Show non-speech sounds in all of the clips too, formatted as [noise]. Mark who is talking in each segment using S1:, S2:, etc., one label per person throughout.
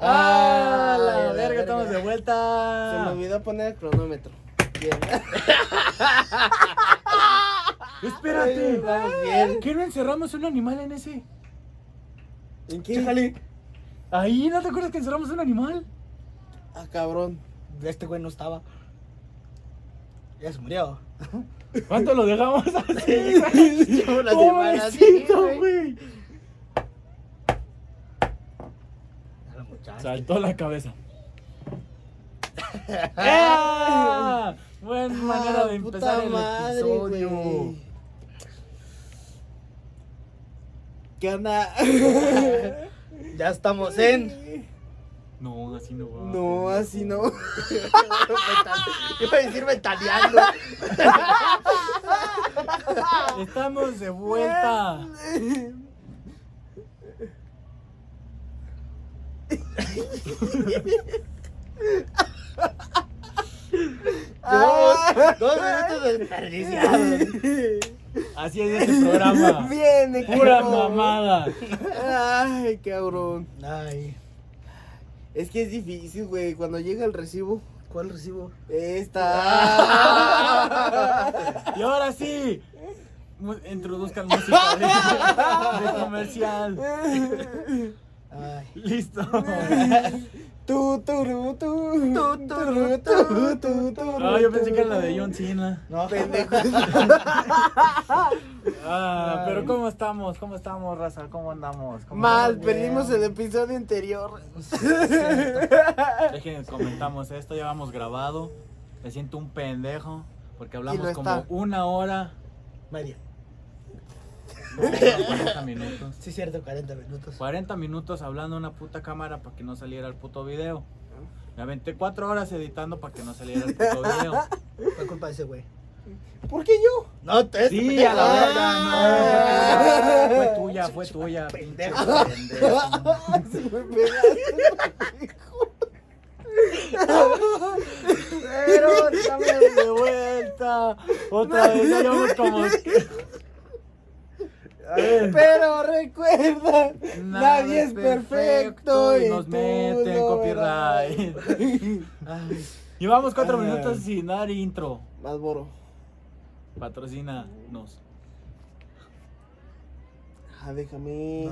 S1: ¡Ah!
S2: Ay,
S1: la,
S2: la
S1: verga,
S2: verga.
S1: estamos de
S2: Se me
S1: vuelta.
S2: olvidó poner el cronómetro. Bien. Ay,
S1: Espérate.
S2: vamos bien.
S1: ¿Qué no encerramos un animal en ese?
S2: ¿En qué?
S1: Chécale. Ahí, ¿no te acuerdas que encerramos un animal?
S2: Ah, cabrón.
S3: Este güey no estaba. Ya se murió.
S1: ¿Cuánto
S2: [laughs]
S1: lo dejamos así?
S2: Llevo [laughs] una semana así,
S1: Pobrecito,
S2: güey.
S1: güey.
S3: Ya lo muchacho.
S1: Saltó
S2: [laughs]
S1: la cabeza. ¡Ea! Buena manera de
S2: Ah,
S1: empezar el episodio.
S2: güey. ¿Qué [laughs] onda?
S3: Ya estamos en.
S1: No, así no va.
S2: no, así [laughs] no.
S3: Iba a decir metaleando.
S1: Estamos
S2: [laughs]
S1: de vuelta.
S2: Ah.
S3: Llevamos dos minutos desperdiciados.
S1: Así es este programa.
S2: [laughs] Bien, equipo.
S1: Pura mamada.
S2: Ay, cabrón.
S3: Ay,
S2: Es que es difícil, güey. Cuando llega el recibo,
S3: ¿cuál recibo?
S1: [laughs]
S2: esta.
S1: Y ahora sí. mu- Introduzcan música de, de comercial.
S3: Ay.
S1: Listo.
S2: Tú, tú, tú, tú,
S3: Tú,
S2: tú, tú,
S3: tú,
S2: tú, tú,
S1: Ah, yo pensé que era la de John Cena.
S3: No,
S1: [laughs]
S2: Pendejo.
S1: Ah,
S3: Ay.
S1: pero ¿cómo estamos? ¿Cómo estamos, raza? ¿Cómo andamos? ¿Cómo
S2: Mal,
S1: andamos?
S2: perdimos el episodio anterior.
S1: Dejen, comentamos esto, ya vamos grabado. Me siento un pendejo porque hablamos
S2: no
S1: como
S2: está.
S1: una hora,
S3: María.
S1: no, 40 minutos.
S3: Sí, cierto, 40 minutos.
S1: 40 minutos hablando a una puta cámara para que no saliera el puto video. Me aventé 4 horas editando para que no saliera el puto video.
S3: Fue culpa de ese güey.
S2: ¿Por qué yo?
S3: No, te
S1: Sí, a la
S2: Ah.
S1: verga, no, fue tuya, fue tuya, fue tuya, pinche
S3: Pendejo.
S1: pendejo.
S2: Se me pegaste,
S1: Pero estamos de vuelta. Otra vez, ya llevamos como. A ver.
S2: Pero recuerda,
S1: Nada
S2: nadie es perfecto, y
S1: nos
S2: tú
S1: meten
S2: lo
S1: copyright.
S2: verás.
S1: Llevamos cuatro
S3: Ah.
S1: minutos sin dar intro.
S2: Más boro.
S1: Patrocínanos.
S2: Ah, déjame.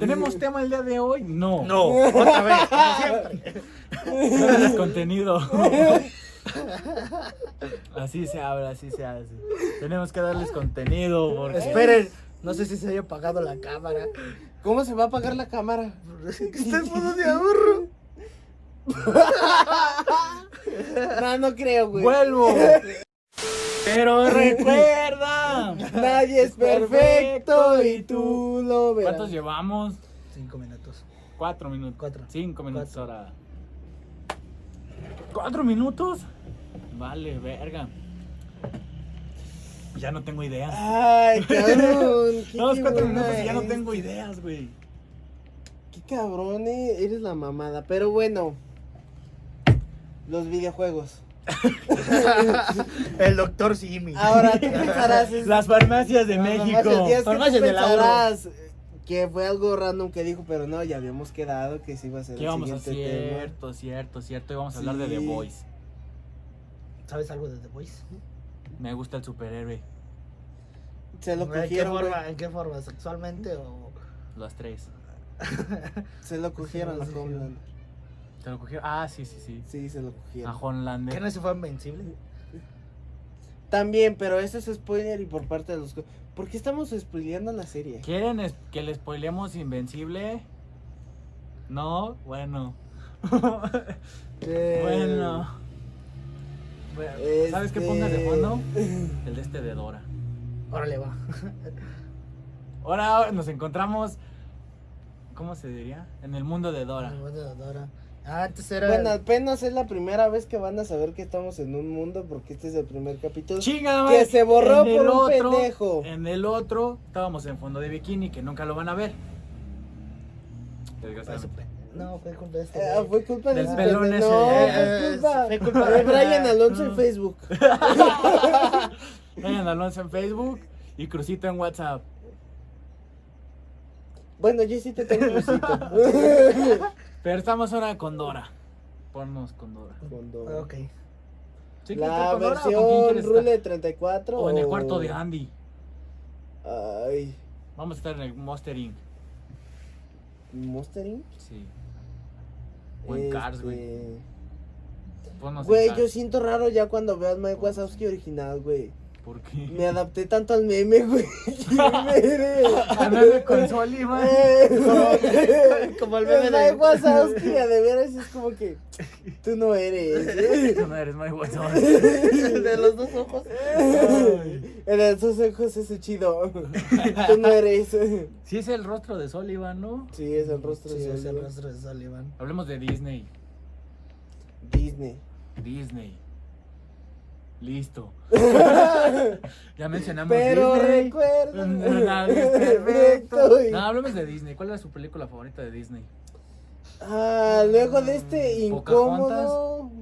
S1: ¿Tenemos tema el día de hoy? No.
S3: No, otra vez,
S2: [laughs]
S3: como siempre.
S1: No tenemos contenido. así se habla, así se hace. Tenemos que darles contenido porque...
S3: Esperen, no sé si se haya apagado la cámara.
S2: ¿Cómo se va a apagar la cámara?
S3: Estás fondo de ahorro.
S2: [laughs] No, no creo, güey.
S1: [laughs] ¡Vuelvo! Pero recuerda.
S2: Nadie es perfecto y tú lo verás.
S1: ¿Cuántos llevamos?
S3: Cinco minutos.
S1: Cuatro minutos.
S3: Cuatro.
S1: Cinco minutos
S3: Cuatro.
S1: ahora. ¿Cuatro minutos? Vale, verga. Ya no tengo idea. [laughs]
S2: Ay, cabrón. qué
S1: Dos, cuatro
S2: cabrona
S1: minutos y ya no
S2: eres.
S1: tengo ideas, güey.
S2: Qué cabrón, eh, eres la mamada. Pero bueno, los videojuegos.
S3: El doctor Simi.
S2: Ahora tú pensarás.
S1: [laughs]
S2: es-
S1: Las farmacias de
S2: no,
S1: México.
S2: farmacias, días que
S3: Farmacias
S2: tú
S3: de la
S2: pensarás que fue algo random que dijo, pero no, ya habíamos quedado que sí iba a ser
S1: Que
S2: el
S1: vamos a
S2: siguiente tema.
S1: cierto, cierto, cierto. Y vamos a hablar de The
S2: Sí.
S1: Voice.
S3: [laughs] ¿Sabes algo de The Voice?
S1: Me gusta el superhéroe.
S2: Se lo
S3: ¿En qué
S2: cogieron, güey.
S3: forma? ¿En qué forma? ¿Sexualmente o.?
S1: Los tres.
S2: Se
S3: Pues
S2: lo cogieron,
S3: lo
S2: a
S3: cogieron.
S2: Homeland.
S1: ¿Te lo cogieron? Ah, sí, sí, sí.
S2: Sí, se lo
S1: A
S2: cogieron.
S1: John
S3: ¿Qué no se fue invencible?
S2: También, pero eso es spoiler y por parte de los... co- ¿Por qué estamos spoileando la serie?
S1: ¿Quieren es- que les spoilemos Invencible? No,
S2: [laughs]
S1: bueno.
S2: Eh,
S1: Bueno. Bueno, ¿Sabes qué
S2: este-
S1: pongas de fondo? El de este de Dora.
S3: Órale, va.
S1: Ahora nos encontramos. ¿Cómo se diría? En el mundo de Dora.
S3: Bueno, Dora. Ah, antes era.
S2: Bueno, apenas es la primera vez que van a saber que estamos en un mundo porque este es el primer capítulo.
S1: Chinga,
S2: Que
S1: madre,
S2: se borró
S1: en el
S2: por un pendejo.
S1: En el otro estábamos en fondo de bikini que nunca lo van a ver.
S3: Fue su
S1: Desgraciadamente.
S3: pe- No, fue culpa de este.
S2: Eh,
S3: güey.
S2: fue culpa
S1: Del
S2: ese
S1: pelón
S2: pendejo.
S1: ese.
S3: Eh,
S2: No, fue
S3: fue
S2: culpa.
S3: culpa
S2: de
S3: de-
S2: Brian Alonso en
S1: No. [laughs]
S2: Facebook.
S1: Vayan Alonso en Facebook y Crucito en WhatsApp. [laughs] Ah,
S2: Bueno, yo sí te tengo un besito.
S1: Pero estamos ahora con Dora. Ponnos con Dora.
S2: Cuando- [laughs]
S3: Ah, Ok. [laughs]
S1: ¿Sí quieres estar
S2: La
S1: con Dora o con quién
S2: versión
S1: quieres estar?
S2: Rule 34.
S1: O en el cuarto de Andy.
S2: Ay.
S1: Vamos a estar en el Monster Inc.
S2: ¿Mustering?
S1: Sí. O en Cars, güey.
S2: Este,
S1: Ponnos en
S2: Güey,
S1: Cars.
S2: yo siento raro ya cuando veas Mike Wazowski original, güey.
S1: ¿Por qué? [laughs]
S2: Me adapté tanto al meme, güey. [laughs] que me eres. [laughs]
S1: Ganar Ah, de consola, Iván. [laughs]
S2: Eh,
S3: [laughs] Como el
S2: Pero
S3: bebé
S2: Mike
S3: de.
S2: Wazowski, de veras es como que tú no
S1: [laughs]
S2: eres.
S1: Tú no eres muy bueno.
S3: de los dos
S2: [laughs]
S3: ojos.
S2: En sus ojos es su chido. [laughs] Tú no eres. Sí,
S1: Sí es el rostro de Sol, Iván, ¿no?
S2: es el rostro
S3: Sí,
S2: de
S3: es el
S2: Sullivan.
S3: rostro de Sullivan.
S1: Hablemos de Disney.
S2: Disney.
S1: Disney. Listo. [laughs] ya mencionamos
S2: Pero
S1: Disney.
S2: recuerda. [laughs]
S1: Nada, es perfecto.
S2: Recto y-
S1: No, hablemos de Disney. ¿Cuál era su película favorita de Disney?
S2: Ah, luego de este
S1: Mm,
S2: incómodo.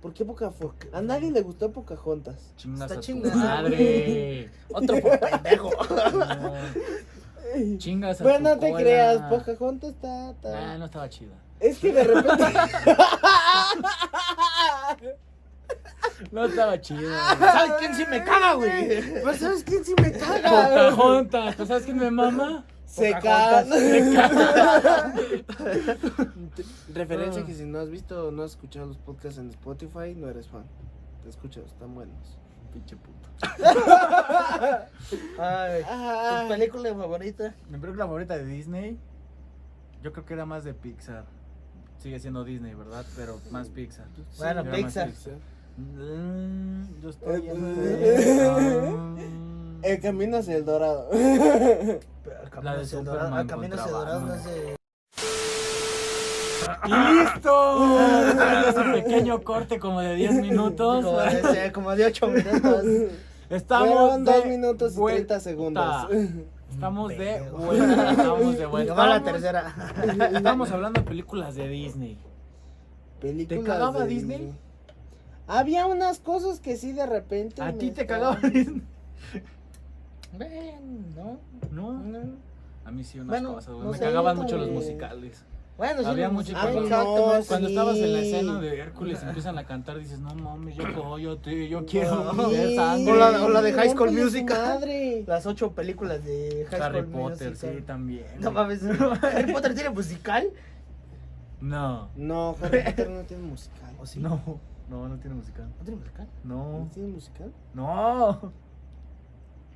S2: ¿Por qué Pocahontas? A nadie le gustó Pocahontas.
S1: Chingas
S3: Está
S1: a tu
S3: chingona,
S1: madre.
S3: [laughs] Otro
S1: [laughs]
S3: por pendejo.
S1: No. Chingas a
S2: Bueno,
S1: tu
S2: no te
S1: cola.
S2: creas, pues, Pocahontas está. está-
S1: Ah, no estaba chida.
S2: Es que de repente.
S1: No estaba chida.
S3: ¿Sabes quién sí me caga, güey?
S2: Pero ¿sabes quién sí me caga?
S1: Pocahontas. ¿Tú ¿Sabes quién me mama?
S2: Se
S3: Pocahontas.
S2: caga. Referencia
S1: Ah.
S2: que si no has visto o no has escuchado los podcasts en Spotify, no eres fan. Te escuchas, están buenos.
S1: Pinche puto.
S3: Ay.
S2: Ah,
S3: ¿Tu película favorita?
S1: Mi película favorita de Disney, yo creo que era más de Pixar. Sigue siendo Disney, ¿verdad? Pero más Pixar.
S3: Bueno,
S1: era más
S3: Pixar.
S1: Mm, yo estoy
S2: Eh,
S1: [laughs] entre,
S2: eh,
S1: um,
S2: El camino hacia el dorado.
S1: La de
S3: hacia el
S1: Superman
S3: dorado. Ah, Camino hacia
S1: contra
S3: el dorado no
S1: Batman.
S3: es de.
S1: ¡Listo! Ese pequeño corte como de 10 minutos.
S3: Como de, como de 8 minutos.
S1: Estamos
S2: Fueron dos
S1: de
S2: minutos y
S1: vuelta.
S2: 30 segundos.
S1: Estamos de
S3: Pendejo.
S1: vuelta. Estamos de
S3: [laughs] Llegó
S1: vuelta.
S3: a la
S1: Estamos- [laughs]
S3: tercera.
S1: Estamos hablando de películas de Disney.
S2: Películas
S1: ¿Te cagaba
S2: de
S1: Disney?
S2: Había unas cosas que sí de repente.
S1: ¿A
S2: me
S3: este,
S1: ti te
S2: estaban-
S1: cagaba Disney?
S3: Ven, ¿no?
S1: No.
S3: No.
S1: A mí sí unas
S3: Bueno,
S1: cosas, güey.
S3: no
S1: Me
S3: sé,
S1: cagaban
S2: yo
S1: mucho los
S2: también.
S1: musicales.
S3: Bueno, sí. pues,
S1: Había
S3: los
S1: mucho
S3: musicales,
S1: que-
S2: Ah,
S3: exactamente.
S1: Cuando estabas en la
S2: Sí.
S1: escena de Hércules y empiezan a cantar, dices, no mames, yo cojo, tío, yo quiero
S3: No.
S1: ver sangre.
S3: O la- o la de High School
S2: Rómpele su
S3: Musical.
S2: Madre.
S3: Las 8 películas de High
S1: Harry
S3: School
S1: Potter,
S3: Musical.
S1: sí, también.
S3: No mames.
S1: [laughs]
S3: ¿Harry Potter tiene musical?
S1: No,
S2: No, Harry Potter no tiene musical.
S3: ¿O sí?
S1: no, no, no tiene musical.
S3: ¿No tiene musical?
S2: ¿No
S1: No,
S2: tiene musical?
S1: no.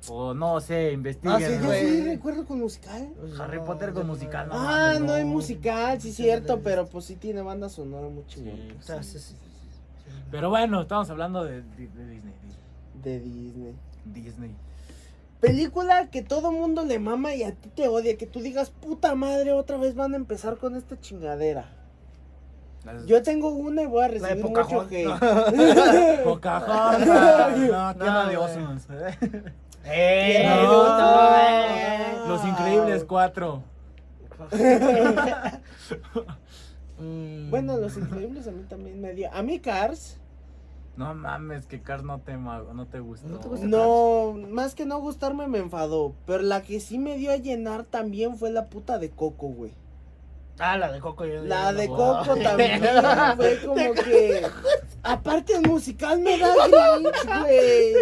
S1: O no sé, investiguen.
S3: Ah, sí,
S2: Yo
S3: güey.
S2: sí recuerdo con musical.
S1: Harry Potter con musical, no.
S2: Ah, no hay
S1: no.
S2: musical, sí, cierto, pero pues sí tiene banda sonora muy chingona.
S1: Sí,
S3: O sea,
S1: sí.
S3: sí, sí, sí, sí.
S1: Pero bueno, estamos hablando de, de- de Disney.
S2: De Disney.
S1: Disney.
S2: Película que todo mundo le mama y a ti te odia. Que tú digas, puta madre, otra vez van a empezar con esta chingadera.
S1: Las-
S2: Yo tengo una y voy a
S3: La de
S2: recibir mucho que.
S3: Pocahontas.
S1: Pocahontas. No, Tierra
S3: No,
S1: de
S3: güey.
S1: Osos.
S3: ¡Eh!
S2: Tierra de
S3: no,
S2: Osos.
S1: Los Increíbles 4.
S3: [laughs]
S2: [laughs]
S3: Mm.
S2: Bueno, Los Increíbles a mí también me dio. A mí Cars,
S1: No mames, que Cars no te, ma- no te gustó.
S3: No te gustó.
S2: no, más que no gustarme me enfadó. Pero la que sí me dio a llenar también fue la puta de Coco, güey.
S3: Ah, la de Coco. yo-
S2: La
S3: yo-
S2: de
S1: Wow.
S3: [laughs]
S2: Coco también fue como que. Aparte el musical me da grinch, güey.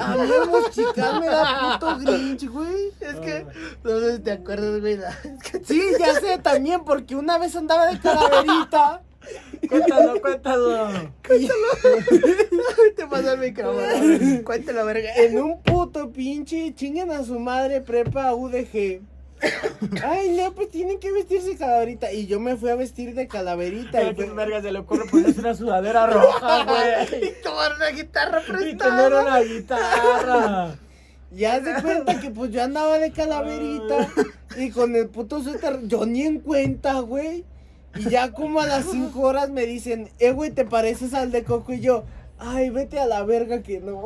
S2: A mí el musical me da puto grinch, güey.
S3: Es que, no sé si te acuerdas, güey. [laughs] la- Es que
S2: Sí, ya sé también, porque una vez andaba de calaverita.
S1: Cuéntalo,
S3: [laughs]
S1: cuéntalo.
S3: te pasó el micrófono. Cuéntala, verga.
S2: En un puto pinche, chinguen a su madre, prepa UDG. Ay, no, pues tienen que vestirse de calaverita. Y yo me fui a vestir de calaverita.
S1: ¿A
S2: Y
S1: quién
S2: fue-
S1: verga se le ocurre ponerse una sudadera roja,
S3: Y
S1: güey?
S3: tomar una guitarra
S1: Y tener
S3: prestada.
S1: una guitarra.
S2: ya se cuenta que pues yo andaba de calaverita. Y con el puto suéter, yo ni en cuenta, güey. Y ya como a las 5 horas me dicen, eh, güey, ¿te pareces al de Coco? Y yo, ay, vete a la verga que no.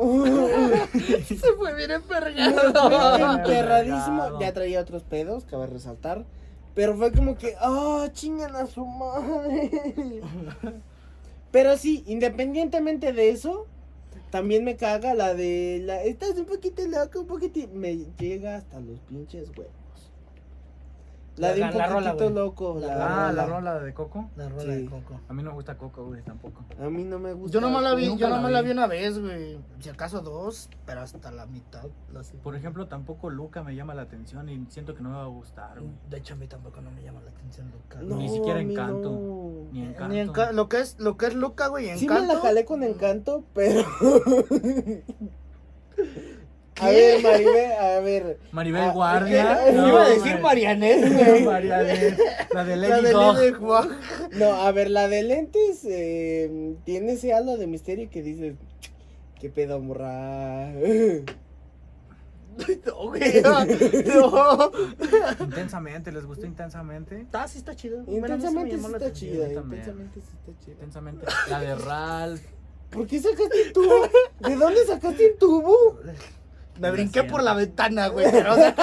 S3: Se fue bien [laughs]
S2: Fue
S3: envergado.
S2: emperradísimo. Ya traía otros pedos, cabe resaltar. Pero fue como que, ah, chingan a su
S3: [laughs]
S2: madre. Pero sí, independientemente de eso, también me caga la de la. Estás un poquito loco, un poquito. Me llega hasta los pinches huevos. La de
S3: La-
S2: un
S3: la rola,
S2: poquitito
S3: güey.
S2: loco.
S3: La-
S2: la
S1: Ah, la
S2: rola.
S1: rola de Coco.
S3: La rola
S2: Sí.
S3: de Coco.
S1: A mí no me gusta Coco, güey, tampoco.
S2: A mí no me gusta.
S3: Yo nomás la vi,
S1: Nunca
S3: yo
S1: la
S3: nomás la
S1: vi.
S3: vi una vez, güey. Si acaso dos, pero hasta la mitad. la sé.
S1: Por ejemplo, tampoco Luca me llama la atención y siento que no me va a gustar, güey.
S3: De hecho, a mí tampoco no me llama la atención Luca.
S2: No,
S1: Ni siquiera
S2: a mí
S1: Encanto.
S2: no.
S1: Ni
S3: Eh,
S1: encanto.
S3: ni enca- lo que es lo que es Luca, güey,
S2: Sí
S3: encanto.
S2: me la jalé con encanto,
S3: [laughs]
S2: pero. a
S3: ¿Qué?
S2: ver, Maribel, a ver.
S1: Maribel
S2: Ah,
S1: Guardia.
S2: ¿qué?
S1: no,
S3: Iba a
S1: güey.
S3: decir Marianel, güey.
S1: Marianel, La de
S3: La
S1: Lady
S3: de
S1: Gog.
S3: Lady Gog.
S2: No, a ver, la de lentes eh, tiene ese halo de misterio que dices. ¿Qué pedo, morra? [laughs]
S3: No, güey. [laughs] No.
S1: Intensamente, ¿les gustó intensamente?
S3: Está, sí está chido.
S2: Intensamente sí está
S1: a
S2: chida,
S1: mí también.
S2: intensamente sí está chida.
S1: Intensamente. La de Ralph.
S2: ¿Por qué sacaste el tubo? ¿De dónde sacaste el tubo?
S3: [laughs] Me
S1: Lo
S3: brinqué por la
S1: siento.
S3: ventana, güey. pero, o sea,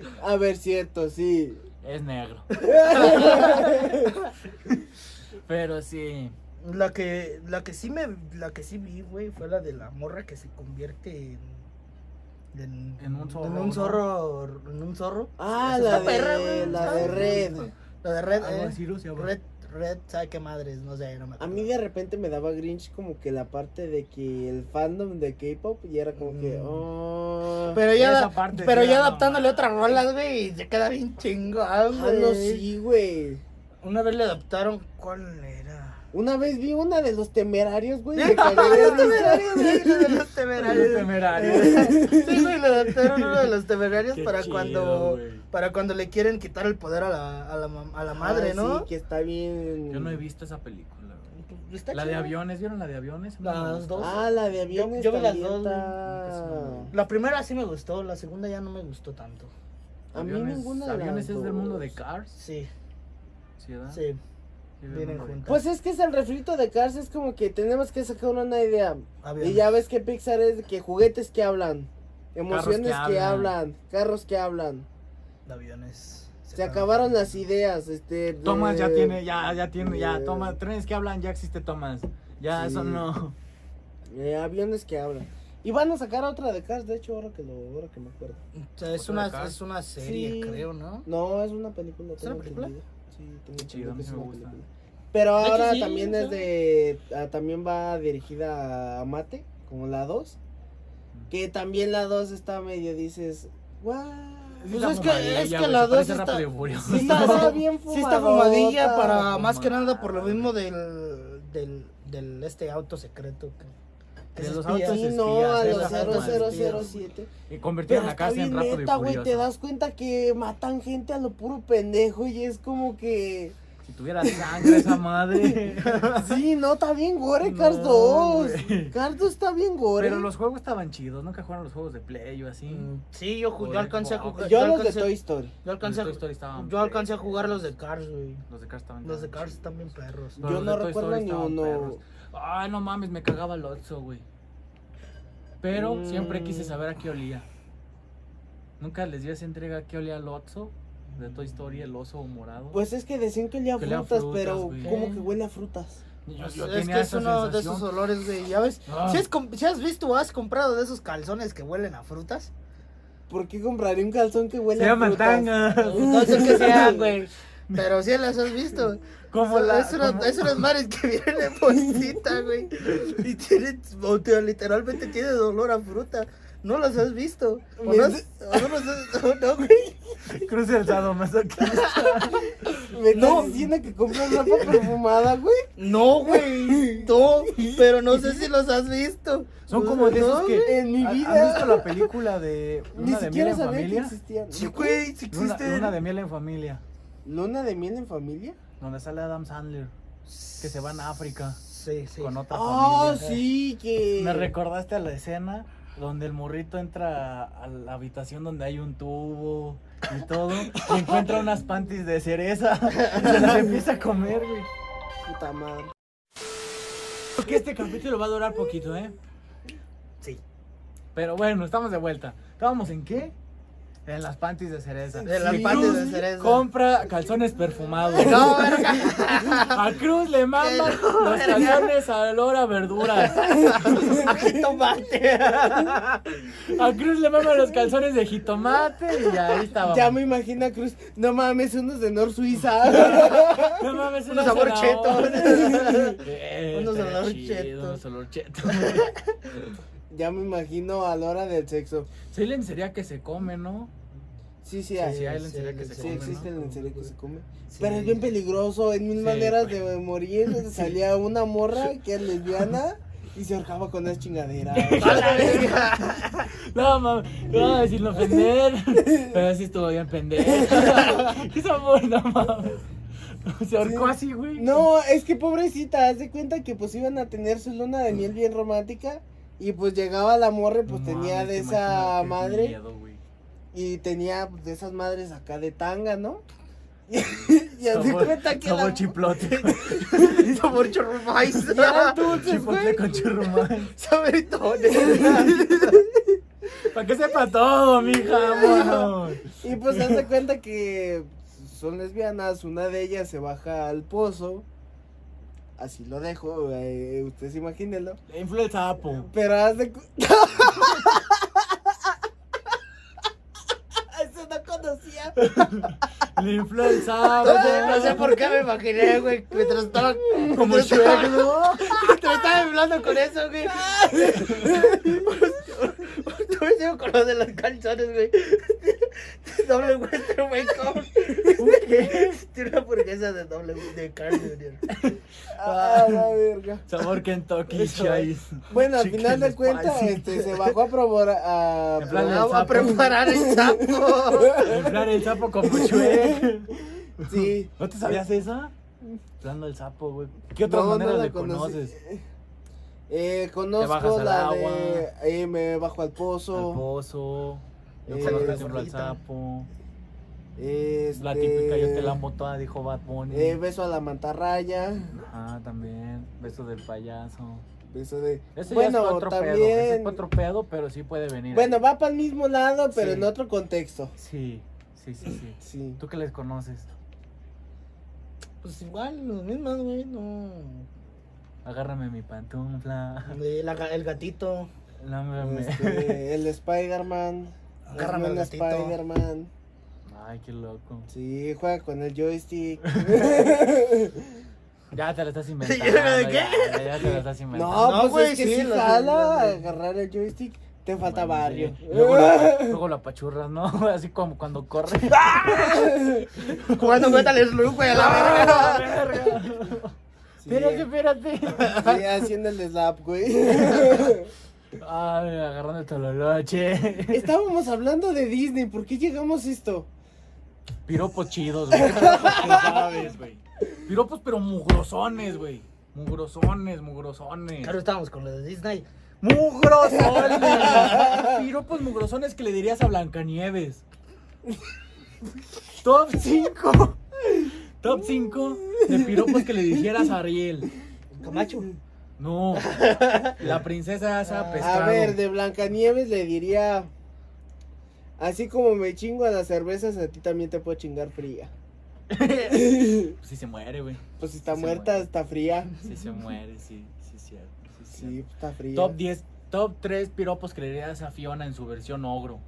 S3: [laughs]
S2: A ver, cierto, sí.
S1: Es [laughs] negro. Pero sí.
S3: La que, la que sí me, la que sí vi, güey, fue la de la morra que se convierte en, en,
S1: En un zorro,
S3: en un
S1: ¿no?
S3: zorro, en un zorro.
S2: Ah,
S3: Esa
S2: la
S3: está perra,
S2: de,
S3: güey,
S2: la
S3: está
S2: de
S3: bien.
S2: red.
S3: La de red,
S1: Algo
S3: eh,
S1: así, Lucio, güey.
S3: red, red, sabe qué madres, no sé, no me
S2: A
S3: acuerdo.
S2: mí de repente me daba Grinch como que la parte de que el fandom de K-pop y era como que.
S3: Mm.
S2: Oh,
S3: Pero ya,
S1: Esa
S3: da-
S1: parte
S3: pero
S1: sí
S3: ya
S1: era
S3: adaptándole
S1: mamá.
S3: otras rolas, güey, y se queda bien chingón,
S2: ah,
S3: güey.
S2: no, sí, güey.
S3: Una vez le adaptaron, ¿cuál era?
S2: Una vez vi una de los temerarios, [laughs] güey.
S3: [laughs]
S2: me cagué de
S3: Los temerarios,
S2: risa.
S3: güey, la de los
S1: Los
S3: temerarios.
S1: temerarios.
S3: Sí, güey, le adaptaron uno de los temerarios
S1: Qué
S3: para
S1: chido,
S3: cuando
S1: güey.
S3: para cuando le quieren quitar el poder a la, a la, mam- a la
S2: Ah,
S3: madre,
S2: Sí,
S3: ¿no?
S2: que está bien.
S1: Yo no he visto esa película, güey.
S3: Está
S1: La de
S3: chida.
S1: aviones, ¿vieron la de aviones? A mí no me
S3: Las
S1: gustó.
S3: dos.
S2: Ah, la de aviones.
S3: Yo- yo vi las
S2: también
S3: dos, güey.
S2: está-
S1: Nunca
S3: La primera sí me gustó, la segunda ya no me gustó tanto.
S2: A mí
S1: Aviones-
S2: ninguna de
S1: Aviones
S2: las
S1: es del mundo
S2: dos.
S1: de Cars,
S3: Sí,
S1: ¿sí, verdad?
S3: sí.
S1: Sí, del
S3: vienen
S1: mundo de
S3: juntas.
S2: Pues es que es el refrito de Cars, es como que tenemos que sacar una idea.
S3: Aviones.
S2: Y ya ves que Pixar es de que juguetes que hablan, emociones
S1: Carros
S2: que,
S1: que hablan.
S2: hablan, carros que hablan.
S3: De aviones.
S2: Se, acabaron las ideas, este. de-
S1: Thomas ya tiene, ya, ya tiene, ya,
S2: de-
S1: Thomas, trenes que hablan, ya existe Thomas. Ya,
S2: Sí.
S1: eso no.
S2: eh, aviones que hablan. Y van a sacar otra de Cars, de hecho, ahora que lo, ahora que me acuerdo.
S3: O sea, es,
S1: Otra de
S3: una,
S1: acá.
S3: es una serie,
S2: Sí.
S3: creo, ¿no?
S2: No, es una película.
S3: ¿Es una
S2: tengo
S3: película?
S2: entendido. Sí, tengo
S1: Qué
S2: entendido
S1: chido, a mí
S2: que es
S1: sí me
S2: una
S1: gusta.
S2: película. Pero
S3: De hecho,
S2: ahora
S3: sí,
S2: también
S3: sí.
S2: es de, ah, también va dirigida a Mate, como la 2. Que también la 2 está medio, dices, wow.
S3: Pues
S1: Está
S3: es que-
S1: fumadilla,
S3: es que
S1: güey,
S3: la
S1: se
S3: dos
S1: parece
S3: está-
S1: Rápido y Furioso.
S3: Sí está-
S2: bien
S3: Sí, está fumadilla para
S1: Fumada.
S3: más que nada por lo mismo del, del, del este auto secreto. Que, que
S1: De
S3: se
S1: los
S3: espía.
S1: autos
S2: Sí,
S1: espías, ¿eh?
S2: no, a
S1: de
S2: los
S1: las armas
S2: 0007.
S1: Y convirtieron
S2: Pero
S1: la
S2: está
S1: casa en
S2: bien
S1: Rápido y
S2: neta, güey, te
S1: Furioso.
S2: das cuenta que matan gente a lo puro pendejo y es como que...
S1: Si tuviera sangre esa madre.
S2: Sí, no, está bien gore,
S1: [laughs] No,
S2: Cars 2.
S1: güey.
S2: Cars 2 está bien gore.
S1: Pero los juegos estaban chidos, nunca jugaron los juegos de Play o así.
S3: Mm, Sí, yo, ju- yo
S1: Joder,
S3: alcancé a
S1: wow.
S3: jugar.
S2: Yo los de
S3: alcancé-
S2: Toy Story.
S3: Yo alcancé,
S1: Los de Toy
S3: a-
S1: Story estaban
S3: yo alcancé a jugar los de
S1: perros.
S3: Cars, güey.
S1: Los de Cars estaban
S3: Los de
S1: chidos.
S3: Cars están bien perros.
S1: Pero
S2: Yo
S1: los
S2: no
S1: de Toy Story
S2: recuerdo ni
S1: estaban
S2: uno.
S1: perros. Ay, no mames, me cagaba el Otso, güey. Pero
S2: Mm.
S1: siempre quise saber a qué olía. Nunca les dio esa entrega a qué olía el Otso de Toy Story, el oso morado.
S2: Pues es que decían que olía a
S1: Que olía a
S2: frutas,
S1: frutas,
S2: pero
S1: güey.
S2: como que huele a frutas.
S1: yo,
S3: Pues
S1: yo
S3: es
S1: tenía
S3: que es
S1: esa
S3: uno de esos
S1: sensación.
S3: olores, güey. Ya ves.
S1: Ah.
S3: Si, has com- si has visto o has comprado de esos calzones que huelen
S1: [laughs]
S3: a frutas,
S2: ¿Por qué compraría un calzón que huele
S1: Se
S2: a
S1: llaman
S2: frutas?
S1: tangas.
S3: no sé
S1: [laughs]
S3: qué sean, güey. Pero sí las has visto.
S1: Como la.
S3: es, unos,
S1: como-
S3: es unos mares que vienen de [laughs] bolsita, güey. Y tienen, o sea, literalmente tienen olor a fruta. No los has visto. O no, has- o no los has- o no, güey.
S1: [laughs] Cruce el sadomasoquista.
S2: [laughs] Me estás
S3: No.
S2: diciendo que compras ropa perfumada, güey.
S3: No, güey. No, pero no sé si los has visto.
S1: Son como de esos
S3: No,
S1: que.
S2: Pues en mi
S1: ¿ha-
S2: vida.
S1: ¿Has visto la película de
S2: Ni
S1: Luna de Miel
S2: siquiera
S1: en
S2: sabía que
S1: Familia?
S2: existían.
S3: Sí, güey, sí
S1: Luna,
S3: existen.
S1: Luna de Miel en Familia.
S2: ¿Luna de miel en familia?
S1: Donde sale Adam Sandler. Que se van a África
S3: Sí, sí.
S1: con otra
S2: Ah,
S1: familia.
S2: sí, que.
S1: Me recordaste a la escena donde el morrito entra a la habitación donde hay un tubo y todo. Y encuentra unas panties de cereza. Y
S2: [laughs]
S1: se las empieza a comer, güey.
S2: Puta madre.
S1: Porque este capítulo va a durar poquito, ¿eh?
S3: Sí.
S1: Pero bueno, estamos de vuelta. ¿Estábamos en qué? En las panties de cereza.
S3: De las
S1: Y
S3: panties de
S1: Cruz
S3: cereza.
S1: Compra calzones perfumados.
S3: No, verga. [laughs]
S1: A Cruz le maman
S3: Pero,
S1: los
S3: verga.
S1: calzones a olor a verduras.
S3: Tomate.
S1: A Cruz le maman los calzones de jitomate y ahí estábamos.
S2: Ya me imagino a Cruz. No mames, unos de Nor
S1: [laughs]
S2: Suiza.
S1: No mames,
S3: Unos
S1: una
S3: sabor [laughs]
S1: zanahoria.
S3: cheto.
S1: Eh,
S3: Unos
S1: estaría
S3: olor
S1: chido,
S3: cheto.
S1: Unos olor cheto.
S2: ya me imagino a la hora del sexo.
S1: Sí, lencería que se come, ¿no?
S2: Sí, sí,
S1: Sí,
S2: hay.
S1: sí, hay lencería que se
S2: Sí,
S1: come, ¿no?
S2: existe el lencería que se come.
S3: Sí.
S2: Pero es bien peligroso, en mil
S1: Sí,
S2: maneras de
S1: [laughs]
S2: morir. Salía una morra que es lesbiana y se ahorcaba con esa chingadera.
S3: A la verga.
S1: No, mami, no, sin ofender, pero sí estuvo
S2: [laughs]
S1: bien pendeja. Qué sabor, no mames. Se ahorcó
S2: Sí.
S1: así, güey.
S2: No, es que pobrecita, haz de cuenta que pues iban a tener su luna de miel bien romántica y pues llegaba la morra y pues
S1: No
S2: tenía
S1: mames,
S2: de
S1: te
S2: esa
S1: imaginas qué
S2: madre
S1: miedo, güey.
S2: y tenía pues, de esas madres acá de tanga, ¿no? [laughs] y haz de
S1: Sabor-
S2: cuenta que
S1: Sabor
S2: la- Pues,
S1: chiplote.
S3: Sabor
S2: [laughs]
S3: churrumais.
S2: y eran dulces,
S1: Chipotle
S2: güey.
S1: con churrumán.
S3: Saberitones.
S1: Para que sepa todo, mija, vámonos.
S2: [laughs] Y pues haz de cuenta que son lesbianas, una de ellas se baja al pozo. Así lo dejo, eh, ustedes imagínenlo.
S1: Le infló el sapo.
S2: Pero haz de cu- Eso no conocía.
S1: Le infló
S2: [laughs]
S1: el sapo.
S3: No sé, no sé por qué me imaginé, güey. Mientras estaba.
S1: Como
S3: mientras estaba-
S1: chueco.
S3: Mientras estaba hablando con eso, güey. Tú me digo con lo de los calzones, güey. Doble Western Wake Up. Tiene una hamburguesa de doble de carne, Junior.
S2: Ah, la verga.
S1: Sabor Kentucky, chais.
S2: Bueno, al
S1: Chicken
S2: final de
S1: spicy.
S2: cuentas, este, se bajó a probar a.
S1: [laughs] En plan,
S2: probar-
S3: Vamos a preparar el sapo.
S1: Inflar el sapo E. como chueco.
S2: Sí.
S1: ¿No te sabías esa? Plano del sapo, güey. ¿Qué otras
S2: No, no
S1: maneras
S2: la
S1: le
S2: conocí.
S1: conoces?
S2: [laughs] Eh, conozco
S1: bajas al
S2: la
S1: agua.
S2: de. eh, me bajo al pozo.
S1: Al pozo. Yo
S2: Eh,
S1: conozco siempre al
S3: gordita.
S1: sapo.
S2: Este,
S1: La típica, yo te la amo toda, dijo Bad Bunny.
S2: eh, beso a la mantarraya.
S1: Ah, también. Beso del payaso.
S2: Beso de.
S1: Ese ya es
S2: bueno,
S1: otro pedo. Ese es
S2: también.
S1: otro pedo, pero sí puede venir.
S2: Bueno, va para el mismo lado, pero
S1: Sí.
S2: en otro contexto.
S1: Sí, sí, sí, sí.
S2: Sí.
S1: ¿Tú qué les conoces?
S3: Pues igual, los mismos, güey. No.
S1: Agárrame mi pantufla. [laughs]
S3: El, el gatito.
S1: Lámeme.
S2: Este, el Spider-Man.
S3: Agárrame
S2: Ah, el
S3: al gatito.
S2: Spider-Man.
S1: [laughs] Ay, qué loco.
S2: Sí, juega con el
S1: [laughs]
S2: joystick. [laughs]
S1: Ya te la estás inventando.
S3: ¿De
S1: ya,
S3: qué?
S1: Ya, ya te la estás inventando.
S2: no,
S3: No,
S2: pues
S3: güey,
S2: es que
S3: sí,
S2: si
S3: los-
S2: jala
S3: los-
S2: agarrar el joystick, te falta
S1: Bueno,
S2: barrio.
S1: sí. Luego la,
S2: [laughs]
S1: luego la pachurras, ¿no? [laughs] Así como cuando corre.
S3: [laughs] Jugando Metal Slug, güey,
S1: [laughs]
S3: a la verga.
S2: Sí,
S1: Espérate, espérate.
S2: sí, haciendo el slap,
S1: [laughs]
S2: güey.
S1: Ay, agarrando
S2: [laughs]
S1: el tololoche.
S2: Estábamos hablando de Disney, ¿por qué llegamos a esto?
S1: Piropos chidos, güey. Piropos que sabes, güey. Piropos, pero mugrosones, güey. Mugrosones, mugrosones.
S3: Claro, estábamos con lo de Disney.
S1: ¡Mugrosones! [laughs] Piropos mugrosones que le dirías a Blancanieves. Top 5. Top 5 de piropos que le dijeras a Ariel.
S3: Camacho.
S2: [laughs]
S1: No. La princesa esa pescado.
S2: Ah, A ver,
S1: [laughs]
S2: de Blancanieves le diría. Así como me chingo a las cervezas, a ti también te puedo chingar fría.
S1: Si se muere, güey.
S2: Pues si está
S1: Sí se
S2: muerta,
S1: muere.
S2: está
S1: [laughs]
S2: fría.
S1: Si se muere, sí, sí, es cierto. sí, es
S2: Sí, pues,
S1: cierto.
S2: está fría.
S1: Top 10, top 3 piropos que le dirías a Fiona en su versión ogro.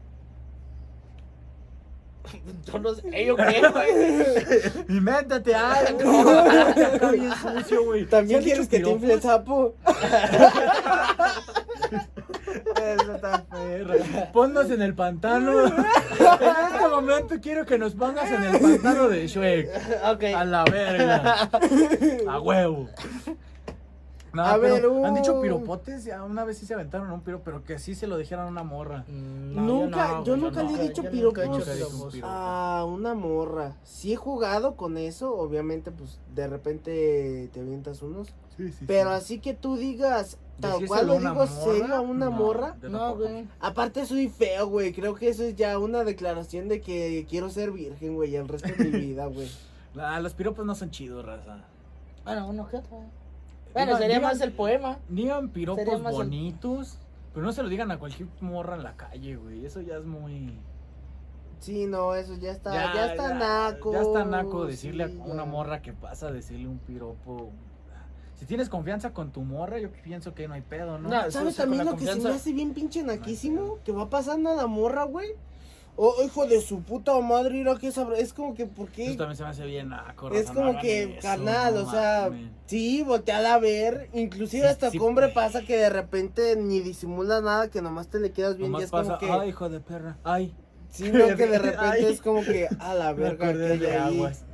S3: Yo no sé, yo qué, güey.
S1: Invéntate
S2: [laughs]
S1: [laughs] algo. Está bien sucio, güey.
S2: ¿También
S1: ¿Sí han
S2: quieres
S1: dicho
S2: que te infle el
S1: piropos?
S2: sapo?
S1: [laughs]
S2: [laughs]
S1: Eso está perro. Ponnos en
S2: [laughs]
S1: el pantano. En este momento quiero que nos pongas en el pantano de Shrek. A
S2: [laughs]
S3: Ok.
S1: la verga. A huevo. No,
S2: A
S1: pero
S2: ver, uh.
S1: han dicho piropotes, Ya una vez sí se aventaron un piro, pero que sí se lo dijeron a una morra.
S3: Mm,
S2: Nunca-
S3: no,
S2: yo
S3: güey,
S2: nunca le he dicho
S3: yo nunca he
S2: piropos.
S3: hecho
S1: Nunca he dicho
S3: piropos.
S1: un
S2: Ah, una morra. Si he jugado con eso, obviamente, pues de repente te avientas unos.
S1: Sí, sí.
S2: Pero así que tú digas, tal
S1: Decírselo
S2: cual lo
S1: a una
S2: digo
S1: morra,
S2: serio a una
S1: no,
S2: morra.
S1: yo
S3: No,
S1: tampoco.
S3: güey.
S2: Aparte soy feo, güey. Creo que eso es ya una declaración de que quiero ser virgen, güey, el resto de mi vida, güey.
S1: Ah, los piropos no son chidos, raza.
S3: Bueno, uno que otro.
S1: Digan-
S3: Bueno, sería
S1: digan-
S3: más el poema.
S1: Digan piropos
S3: Sería más el-
S1: bonitos, pero no se lo digan a cualquier morra en la calle, güey. Eso ya es muy.
S2: Sí, no, eso ya está, ya, está naco.
S1: Ya está naco decirle
S2: sí,
S1: a una
S2: ya.
S1: morra que pasa, decirle un piropo. Si tienes confianza con tu morra, yo pienso que no hay pedo, ¿no?
S4: No,
S2: ¿Sabes
S4: Sí, sí, con
S2: también
S4: la
S2: lo que se me
S4: confianza.
S2: hace bien pinche naquísimo? Que va pasando a la morra, güey. Oh, hijo de su puta madre, mira qué sabroso. Es como que, ¿por qué?
S1: Eso también se me hace bien naco.
S2: Es
S1: raza, no
S2: como
S1: hagan
S2: que,
S1: eso,
S2: carnal,
S1: no
S2: o sea,
S1: mames.
S2: sí, volteala a ver. Inclusive
S1: Sí,
S2: hasta
S1: sí,
S2: con hombre
S1: güey.
S2: pasa que de repente ni disimula nada, que nomás te le quedas bien.
S1: Nomás
S2: Y es como
S1: pasa,
S2: que,
S1: ay, hijo de perra, ay.
S2: sí, no,
S1: [laughs]
S2: que de
S3: Ay.
S2: repente es como que, a la
S1: Me
S2: verga, que
S1: acordé
S2: hay
S1: de
S2: ahí. [laughs]
S1: aguas.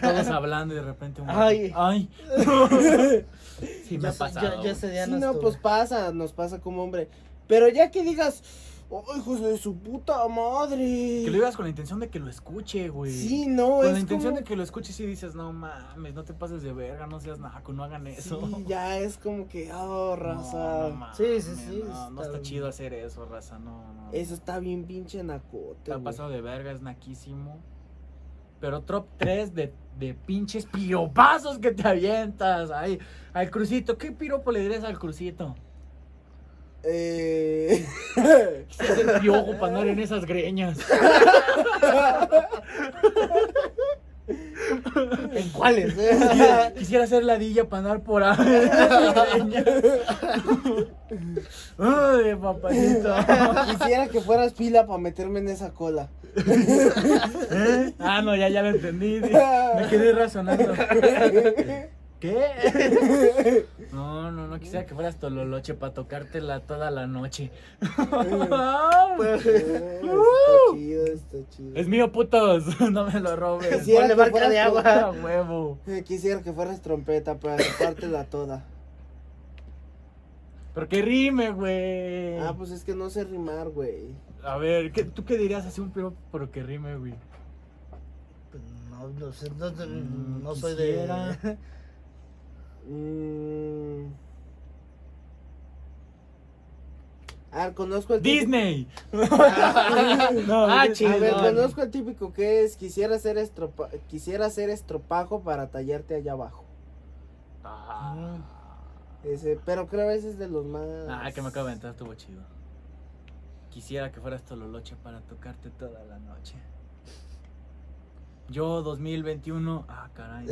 S1: Todos hablando y de repente un vato,
S3: Ay.
S1: ay.
S3: [laughs]
S1: Sí, me
S3: Ya
S1: ha
S3: sé-
S1: pasado.
S3: ya- ya ese día
S2: Sí,
S3: no
S2: no,
S3: estuve.
S2: pues pasa, nos pasa como hombre. Pero ya que digas, oh, hijos de su puta
S1: Que lo
S2: madre.
S1: digas con la intención de que lo escuche, güey.
S2: Sí, no,
S1: pues, Con
S2: es
S1: la intención
S2: como...
S1: de que lo escuches y dices, no mames, no te pases de verga, no seas naco, no hagan eso. [laughs]
S2: Sí, ya es como que, oh,
S1: No,
S2: raza.
S1: no mames,
S3: Sí, sí, sí,
S1: No, no
S3: está-
S1: está chido hacer eso, raza, no. no.
S2: Eso está bien pinche nacote,
S1: Está
S2: güey.
S1: pasado de verga, es naquísimo. Pero top 3 de, de pinches piropazos que te avientas. Ay, al crucito, ¿qué piropo le dirías al crucito?
S2: Eh... [laughs]
S1: Se hace el piojo para andar en esas greñas.
S2: ¿En cuáles?
S1: Quisiera, quisiera hacer ladilla para andar por ahí. en
S2: [laughs]
S1: esas greñas. Ay, papayito.
S2: Quisiera que fueras pila para meterme en esa
S1: [laughs]
S2: cola.
S1: ¿Eh? Ah, no, ya, ya lo entendí. Me quedé razonando. [laughs] ¿Qué? No, no, no quisiera que fueras tololoche para tocártela toda la noche.
S2: [laughs]
S1: [laughs]
S4: Pues,
S2: Eh, está chido, está chido.
S1: es mío, putos. [laughs] No me lo robes. [laughs]
S2: Quisiera
S3: Ponle
S2: que
S3: marca
S2: fueras
S3: de agua.
S1: A huevo.
S2: Eh, Quisiera que fueras trompeta para la toda.
S1: Pero que rime, güey.
S2: Ah, pues es que no sé rimar, güey.
S1: A ver, ¿qué- ¿tú qué dirías así un piropo pero que rime, güey?
S3: Pues, No, no, sé, no, no,
S1: Mm,
S3: no soy [laughs]
S1: quisiera.
S3: de.
S2: Mm. Ah, conozco el
S1: Disney.
S2: típico.
S1: [laughs] No,
S4: Pues, [laughs] Ah,
S1: Disney.
S2: A
S4: chingón.
S2: ver, conozco el típico que es quisiera ser estropa- quisiera ser estropajo para tallarte allá abajo.
S1: Ah,
S2: Ese, pero creo que ese es de los más.
S1: Ah, que me acabo de entrar, estuvo chido. Quisiera que fueras Tololoche para tocarte toda la noche. Yo 2021. Ah, caray.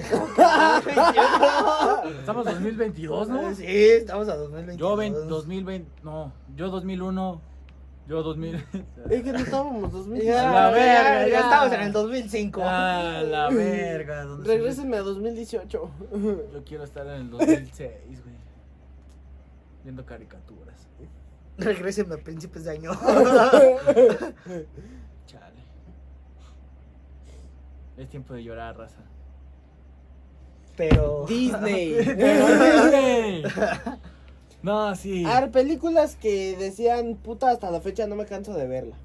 S1: Estamos 2022, ¿no?
S3: Sí, estamos a 2022.
S1: Yo vein- 2020. No, yo 2001. Yo 2000.
S2: [laughs] Es que no estábamos 2000.
S3: Ya,
S1: A la verga,
S3: ya,
S1: ya.
S3: ya estamos en el 2005.
S1: [laughs] ah,
S3: [laughs]
S1: la verga. ¿dónde se-
S2: Regrésenme a
S1: [laughs]
S2: 2018.
S1: Yo quiero estar en el 2006, güey. Viendo caricaturas.
S3: Regrésenme a principios de año.
S1: Chale. Es tiempo de llorar, raza.
S3: Pero.
S2: Disney.
S1: [laughs] no, sí.
S2: A ver, películas que decían, puta, hasta la fecha no me canso de verla.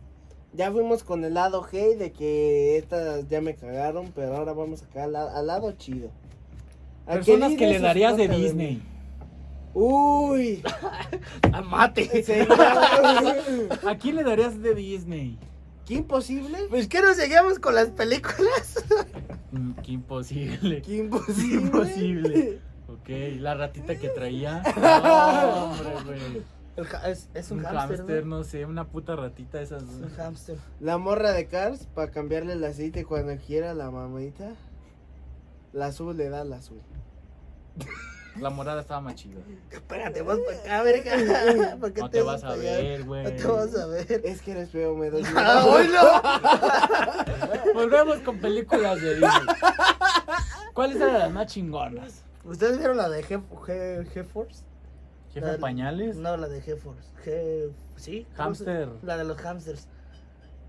S2: Ya fuimos con el lado G de que estas ya me cagaron, pero ahora vamos acá al, la- al lado chido. ¿A qué
S1: Personas que
S2: líder
S1: le
S2: se
S1: darías de
S2: trata
S1: Disney.
S2: Uy,
S3: ¡Amate!
S2: señor.
S1: ¿A quién le darías de Disney?
S2: ¿Qué imposible?
S3: Pues que nos seguimos con las películas.
S1: Mm, Qué imposible.
S2: ¿Qué imposible?
S1: Imposible. Ok, la ratita que
S3: [laughs]
S1: traía. No, hombre, güey.
S3: El ja- es, es
S1: Un
S3: un, hámster.
S1: hámster,
S3: ¿no?
S1: no sé, una puta ratita esas.
S3: Es un hámster.
S2: La morra de Cars para cambiarle el aceite cuando quiera la mamita. La azul le da la azul.
S1: La morada estaba más chida.
S3: Espérate, vas para
S1: [laughs]
S3: acá, verga. ¿Por qué
S1: No te vas a
S3: para allá?
S1: ver, güey.
S3: No te vas a ver.
S2: Es que eres feo, me doy.
S3: [laughs]
S1: [laughs]
S3: ¡Ah, oílo!
S1: Volvemos con películas de
S3: [laughs]
S1: Disney. ¿Cuáles eran las más chingonas?
S3: ¿Ustedes vieron la de G- G- G-Force?
S1: ¿Jefe
S3: La-
S1: pañales?
S3: No, la de G-Force. G... ¿Sí? ¿Cómo se-
S1: Hamster.
S3: La de los hamsters.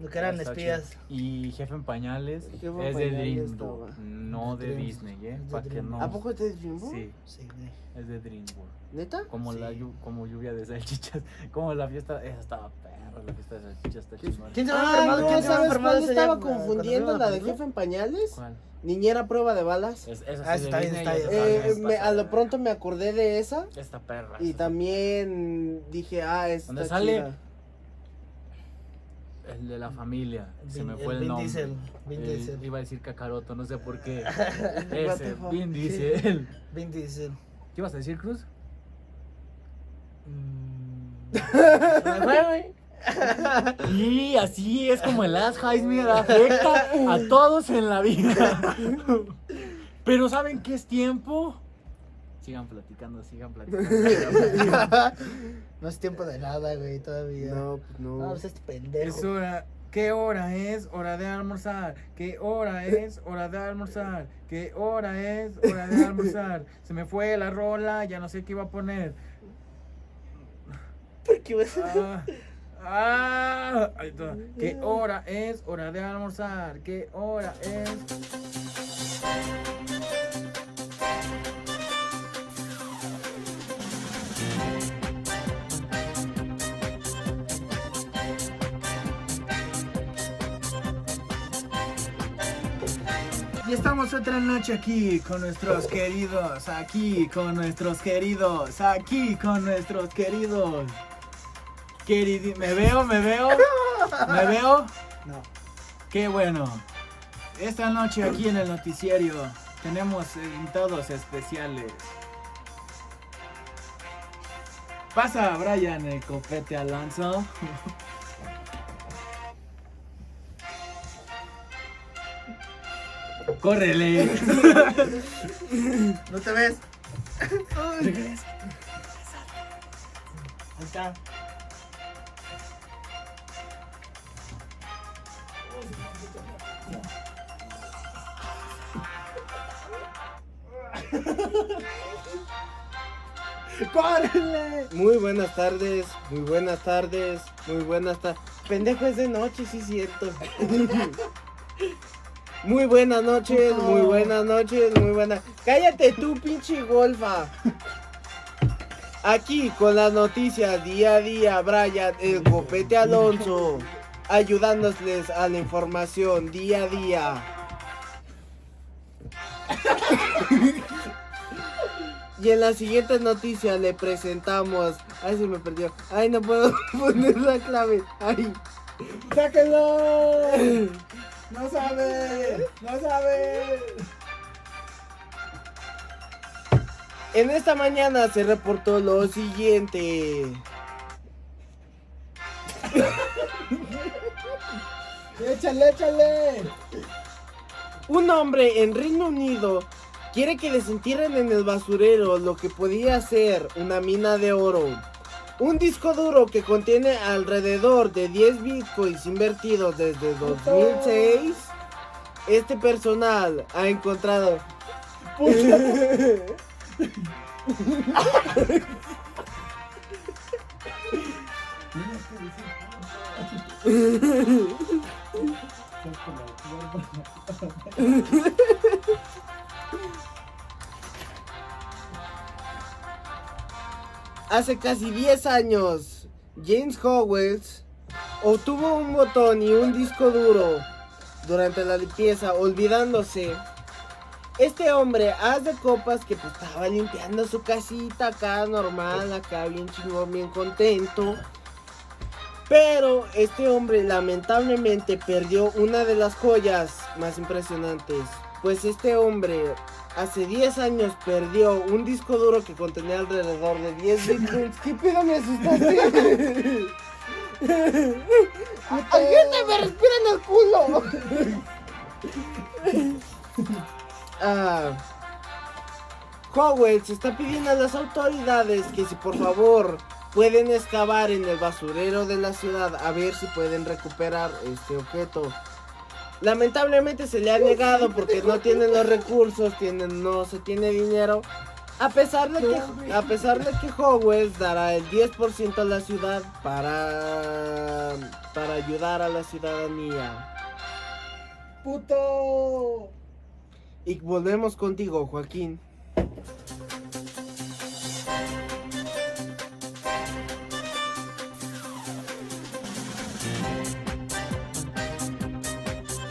S3: Lo que eran
S1: Está
S3: espías.
S1: chido. Y Jefe en Pañales
S2: Jefe
S1: es
S2: en Pañales
S1: de DreamWorks,
S2: estaba.
S1: no
S3: De
S1: de
S3: Dream-
S1: Disney, ¿eh?
S3: es de
S1: Para que
S3: Dream-
S1: no.
S2: ¿A poco te Jimbo?
S1: Sí,
S3: Sí, güey.
S1: es de DreamWorks.
S2: ¿Neta?
S1: Como la
S3: Sí.
S1: llu- como lluvia de salchichas, [laughs] como la fiesta, esa estaba perra, la fiesta de salchichas está chingona.
S3: ¿Quién se va a
S2: Ah,
S3: enfermar?
S2: no,
S3: ¿Quién se va a
S2: ¿sabes
S3: enfermar
S2: cuál
S3: ese
S2: estaba
S3: día, güey?
S2: confundiendo?
S3: Cuando
S2: La
S3: vieron
S2: de jefe en pañales.
S1: ¿Cuál?
S2: Niñera prueba de balas.
S1: Es, esa sí
S3: Ah,
S1: de
S3: está bien,
S1: Disney,
S3: está
S1: esa
S3: bien.
S2: Eh,
S1: también
S2: me-
S1: está
S2: a lo
S1: perra.
S2: pronto me acordé de esa.
S1: Esta perra.
S2: Y
S1: esa-
S2: también dije, ah, es.
S1: ¿Dónde sale? El de la familia, se
S3: Vin-
S1: me
S3: el
S1: fue el,
S3: Vin
S1: nombre.
S3: Diesel, Vin
S1: Eh,
S3: Diesel.
S1: Iba a decir Cacaroto, no sé por
S2: [laughs]
S1: qué.
S2: What
S1: Ese,
S2: the fuck?
S1: Vin Diesel.
S3: Vin
S1: [laughs]
S3: Diesel. [laughs]
S1: ¿Qué ibas a decir, Cruz?
S3: Mm.
S1: [laughs] Se me fue, güey. Y así es como el Alzheimer afecta a todos en la
S4: [laughs]
S1: vida. Pero ¿saben qué es tiempo? Sigan platicando, sigan platicando. sigan platicando.
S3: No es tiempo de nada, güey, todavía.
S2: No,
S3: No,
S2: pues no. [laughs]
S3: pues este
S4: [laughs]
S3: pendejo.
S4: Es hora. ¿Qué hora es? Hora de almorzar. ¿Qué hora es? Hora de almorzar. ¿Qué hora es? Hora de almorzar. Se me fue la rola, ya no sé qué iba a poner.
S3: ¿Por
S1: [laughs]
S3: qué vas a-
S4: Ah, ah, ahí está. ¿Qué hora es? Hora de almorzar. ¿Qué hora es?
S1: Y estamos otra noche aquí con nuestros queridos, aquí con nuestros queridos, aquí con nuestros queridos. Queridi, ¿me veo? ¿Me veo? [laughs] ¿Me veo?
S2: No.
S1: Qué bueno. Esta noche aquí en el noticiario tenemos invitados especiales. Pasa Brian el copete Alonso. [laughs] Córrele. [laughs]
S3: ¿No te ves?
S2: Ahí está.
S1: Córrele.
S2: Muy buenas tardes, muy buenas tardes, muy buenas tardes. Pendejo es de noche, sí
S3: [laughs]
S2: cierto. muy buenas noches, muy buenas noches, muy buenas. Cállate tú, pinche golfa. Aquí con las noticias día a día, Brian, el copete Alonso, ayudándoles a la información día a día. Y en la siguiente noticia le presentamos. Ay, se me perdió. Ay, no puedo [laughs] poner la clave. Ay. ¡Sáquenlo!
S1: No sabe. No sabe.
S2: En esta mañana se reportó lo siguiente.
S1: Échale, échale.
S2: Un hombre en Reino Unido quiere que desentierren en el basurero lo que podía ser una mina de oro. Un disco duro que contiene alrededor de 10 bitcoins invertidos desde 2006. Este personal ha encontrado Hace casi 10 años, James Howells obtuvo un botón y un disco duro durante la limpieza, olvidándose. Este hombre, haz de copas que pues, estaba limpiando su casita acá normal, acá bien chingón, bien contento. Pero este hombre lamentablemente perdió una de las joyas más impresionantes. Pues este hombre hace 10 años perdió un disco duro que contenía alrededor de 10 bitcoins. ¿Qué pedo me [laughs] asustaste? ¡Alguien me respira en el culo! ah. Howell se está pidiendo a las autoridades que si por favor pueden excavar en el basurero de la ciudad a ver si pueden recuperar este objeto. Lamentablemente se le ha negado porque no tienen los recursos, tienen, no se tiene dinero. A pesar de que, a pesar de que Howells dará el 10% a la ciudad para, para ayudar a la ciudadanía.
S1: Puto.
S2: Y volvemos contigo, Joaquín.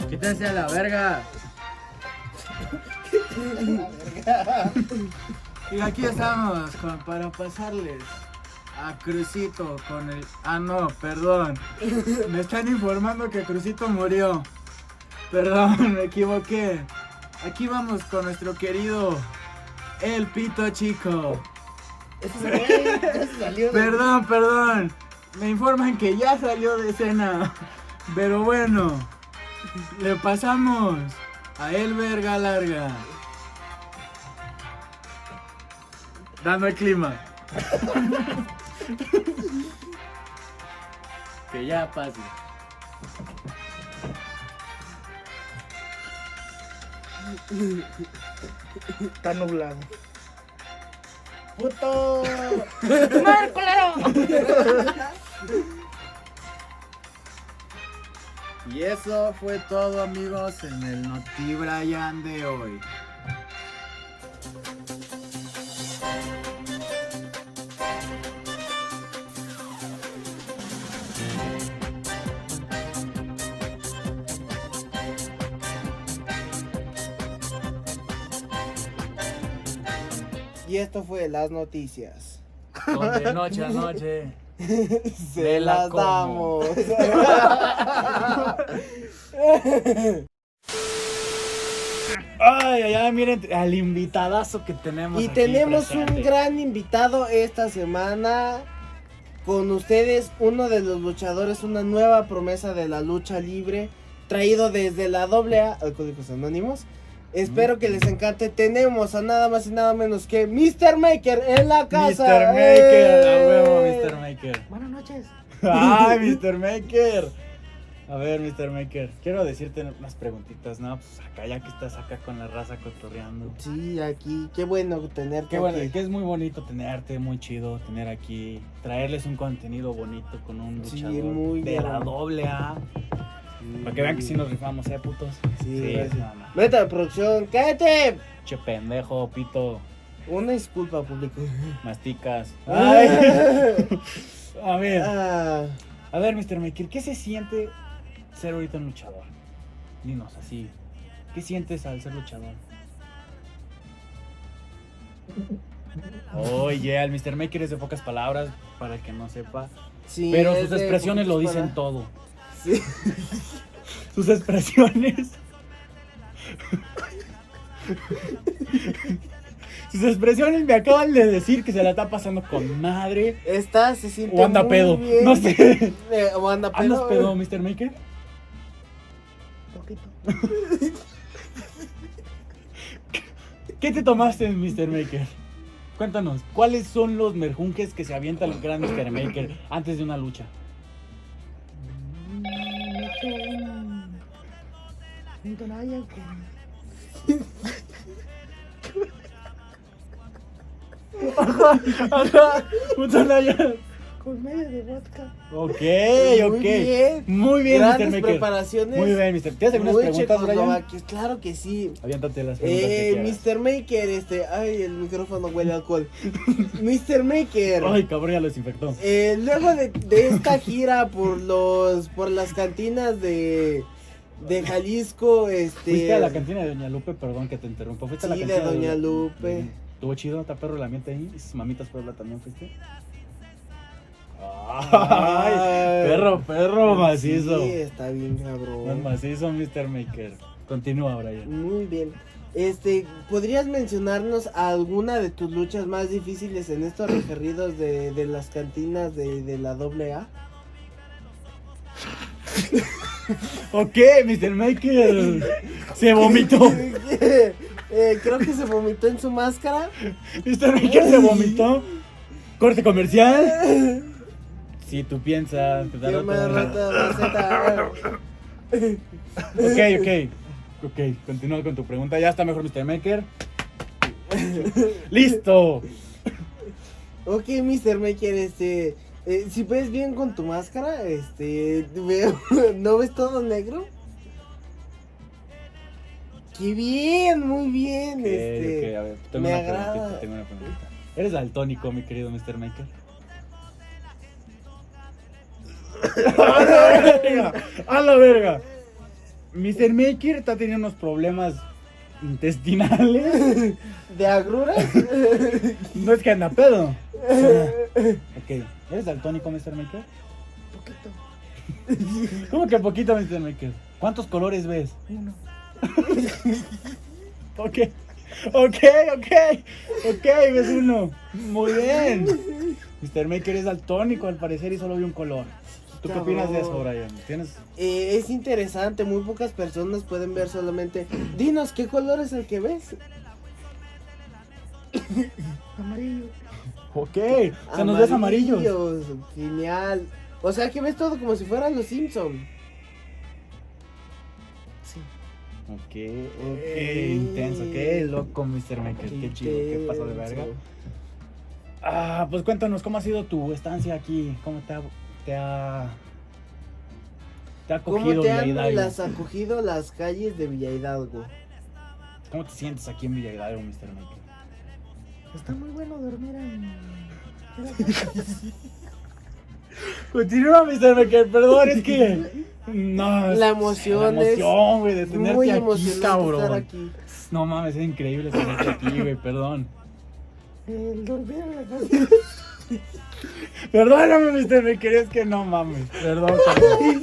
S4: Quítense a la verga.
S1: [laughs] Y aquí estamos con- para pasarles a Crucito con el... Ah, no, perdón. Me están informando que Crucito murió. Perdón, [laughs] me equivoqué. Aquí vamos con nuestro querido El Pito Chico.
S3: Este se ve, ya se salió de-
S1: Perdón, perdón. Me informan que ya salió de escena. Pero bueno, le pasamos a el verga larga. Dando el clima. [laughs] que ya pase.
S3: Está nublado.
S2: Puto.
S1: Y eso fue todo amigos en el Noti Brian de hoy.
S2: Y esto fue las noticias.
S1: Donde noche a [laughs] noche.
S2: Se
S1: Me la
S2: las
S1: como.
S2: damos.
S1: Ay, ay, ay, miren al invitadazo que tenemos.
S2: y
S1: aquí
S2: tenemos un
S1: presente.
S2: gran invitado esta semana. Con ustedes, uno de los luchadores, una nueva promesa de la lucha libre, traído desde la AA Alcohólicos Anónimos. Espero que les encante. Tenemos a nada más y nada menos que Mr. Maker en la casa.
S1: Mr. Maker, a
S2: ¡Eh!
S1: huevo, Mr. Maker.
S3: Buenas noches.
S1: Ay, Mr. Maker. A ver, Mr. Maker, quiero decirte unas preguntitas, ¿no? Pues acá, ya que estás acá con la raza cotorreando.
S2: Sí, aquí. Qué bueno tenerte
S1: Qué bueno,
S2: aquí.
S1: que es muy bonito tenerte, muy chido tener aquí, traerles un contenido bonito con un
S2: Sí,
S1: luchador
S2: muy
S1: de la
S2: bueno.
S1: doble A.
S2: Sí.
S1: Para que vean que sí nos rifamos, ¿eh, putos?
S2: Sí, gracias.
S1: no, no.
S2: Meta de producción, cállate.
S1: Che pendejo, pito,
S2: Una disculpa, público.
S1: masticas.
S2: Ah.
S1: Ay. [laughs]
S2: Ay.
S1: A ver.
S2: [laughs] Ah,
S1: A ver, Mr. Maker, ¿qué se siente ser ahorita un luchador? Dinos así. ¿Qué sientes al ser luchador? Oye, el Mr. Maker es de pocas palabras, para el que no sepa.
S2: sí,
S1: Pero
S2: es
S1: sus
S2: de
S1: expresiones lo
S2: poquitas
S1: dicen todo.
S2: palabras. Sí.
S1: Sus expresiones. Sus expresiones me acaban de decir que se la está pasando con madre.
S2: Está, se siente.
S1: O anda
S2: muy
S1: pedo.
S2: bien.
S1: No sé.
S2: Eh, o anda pedo.
S1: ¿Andas pedo, Mr. Maker?
S3: Poquito.
S1: ¿Qué te tomaste, Mr. Maker? Cuéntanos, ¿cuáles son los merjunques que se avienta el gran Mr. Maker antes de una lucha?
S3: Tonaya con.
S1: Un tonalla.
S3: con medio de vodka.
S1: Ok,
S2: Pues Muy
S1: ok.
S2: bien.
S1: Muy bien,
S2: Grandes
S1: Mr. Maker.
S2: preparaciones.
S1: Muy bien, Mr. ¿Tienes algunas
S2: Muy
S1: preguntas, Brian?
S2: checoslovaquias, Claro que sí.
S1: Aviéntate las preguntas que
S2: Eh,
S1: quieras.
S2: Mr. Maker, este. Ay, el micrófono huele a alcohol. [laughs] Mr. Maker.
S1: Ay, cabrón, ya lo desinfectó.
S2: Eh, luego de, de esta gira por los por las cantinas de, de Jalisco, este
S1: Fuiste a la cantina de Doña Lupe, perdón que te interrumpa. Fuiste a la
S2: Sí, de
S1: cantina
S2: Doña Lupe.
S1: Tuvo chido, está perro el ambiente ahí. ¿Y sus Mamitas Puebla también fuiste. Ay,
S2: Ay.
S1: perro, perro macizo.
S2: Sí, está bien
S1: Buen
S2: cabrón.
S1: macizo, Mr. Maker. Continúa, Brian.
S2: Muy bien. Este, ¿podrías mencionarnos alguna de tus luchas más difíciles en estos recorridos de, de las cantinas de, de la AA?
S1: Ok, Mr. Maker. Se vomitó.
S2: [laughs] Eh, creo que se vomitó en su máscara.
S1: Mr. Maker se vomitó. Corte comercial. Si tú piensas, te dará
S2: Yo me
S1: otra
S2: derroté
S1: derrota.
S2: de la seta.
S1: Ok, ok. Ok, continúa con tu pregunta. Ya está mejor, Mr. Maker. ¡Listo!
S2: Ok, Mr. Maker, este. eh, si ves bien con tu máscara, este. veo- [laughs] ¿No ves todo negro? ¡Qué bien! Muy bien,
S1: Ok,
S2: este.
S1: ok, a ver, tengo
S2: me
S1: una
S2: agrada.
S1: preguntita, tengo una preguntita. ¿Eres daltónico, mi querido Mr. Maker? [laughs] ¡A la verga! ¡A la verga! Mr. Maker está teniendo unos problemas intestinales.
S2: ¿De agruras?
S1: No es que anda pedo. Ok, ¿eres daltónico, Mr. Maker?
S3: Poquito.
S1: ¿Cómo que poquito, Mr. Maker? ¿Cuántos colores ves?
S3: Uno.
S1: Ok, ok, ok, ok, ves uno. Muy bien. Mr. Maker es daltónico al parecer y solo vio un color. ¿Tú qué opinas de eso,
S2: Cabrón.
S1: Brian? ¿Tienes
S2: Eh, es interesante, muy pocas personas pueden ver solamente. Dinos, ¿qué color es el que ves?
S3: Amarillo.
S1: Ok, o sea, nos ves amarillos.
S2: Amarillos, Genial. O sea, que ves todo como si fueran los Simpson.
S3: Sí.
S1: Ok, ok, intenso, qué loco, Mr. Maker, qué chido, qué pasa de verga. Ah, pues cuéntanos, ¿cómo ha sido tu estancia aquí? ¿Cómo te ha. te ha. te ha
S2: ¿Cómo
S1: cogido
S2: te
S1: Villa
S2: han
S1: Hidalgo?
S2: las acogido las calles de Villa Hidalgo?
S1: ¿Cómo te sientes aquí en Villa Hidalgo, Mr. Maker?
S3: Está muy bueno dormir en...
S1: [laughs] Continúa, Mr. Maker, perdón, es que. No,
S2: La emoción
S1: la emoción, güey, de
S2: es
S1: Pues tenerte
S2: muy
S1: aquí,
S2: emocionante estar
S1: cabrón.
S2: aquí.
S1: No mames, es increíble tenerte aquí, güey, perdón.
S3: El dormir en la casa.
S1: [laughs] Perdóname, Mr. Maker, es que no mames, perdón, cabrón.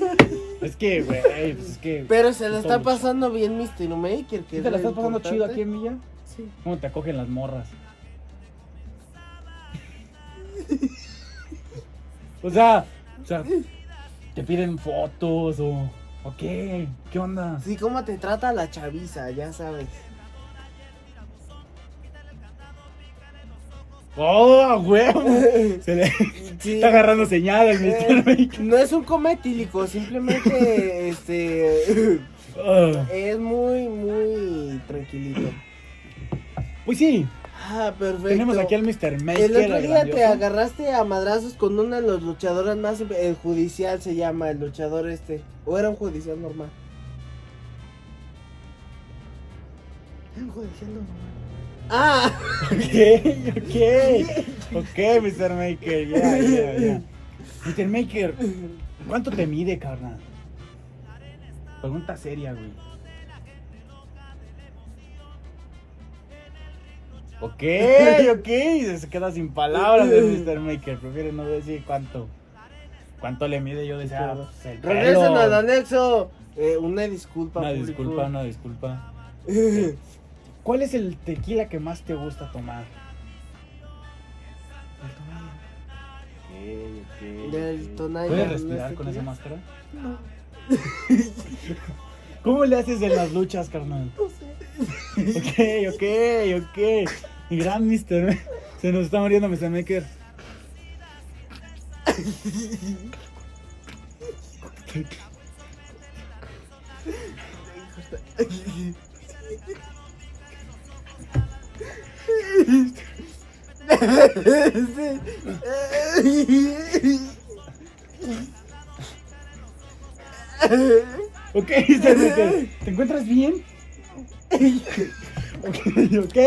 S1: Es que, güey, pues es que.
S2: Pero se la está
S1: Todo.
S2: pasando bien Mr. Maker. Que
S1: ¿Sí
S2: es
S1: ¿Te la
S2: lo
S1: estás pasando
S2: importante.
S1: chido aquí en Villa?
S3: Sí.
S1: ¿Cómo te acogen las morras? o sea, o sea, te piden fotos o, o qué, qué onda.
S2: Sí, cómo te trata la chaviza, ya
S1: [laughs]
S2: sabes.
S1: ¡Oh, a huevo! Se le
S2: Sí.
S1: está agarrando señales, Mr.
S2: Eh,
S1: Maker.
S2: no es un cometílico,
S1: [laughs]
S2: simplemente este
S1: Ah,
S2: es muy muy tranquilito.
S1: pues sí,
S2: Ah, perfecto.
S1: tenemos aquí al Mr. Maker.
S2: el otro
S1: al
S2: día te
S1: grandioso.
S2: agarraste a madrazos con una de los luchadoras más el judicial se llama, el luchador este, o era un judicial normal.
S3: Hijo de cielo, mamá.
S2: Ah,
S1: Ok, ok. Ok, Mr. Maker, ya, ya, ya. Mr. Maker, ¿cuánto te mide, carnal? Pregunta seria, güey. Ok, ok, se queda sin palabras el Mr. Maker, prefiere no decir cuánto. ¿Cuánto le mide? Yo decía, ah, pues, el pelo.
S2: regresen al anexo. Eh, una disculpa.
S1: Una
S2: público. [laughs]
S1: disculpa, una disculpa. ¿Cuál es el tequila que más te gusta tomar?
S3: El tomate.
S1: Ok, ok,
S2: Del
S1: ok.
S2: Tonaya,
S1: ¿Puedes
S2: no
S1: respirar
S2: sé
S1: con
S2: qué
S1: esa
S2: es.
S1: máscara?
S3: No,
S1: [laughs] ¿Cómo le haces en las luchas, carnal?
S3: no sé.
S1: Ok, [laughs] ok, ok. Mi gran Mr. [laughs] Se nos está muriendo Mr. Maker. Ok, Mr. Maker. ¿Te encuentras bien? Ok, ok.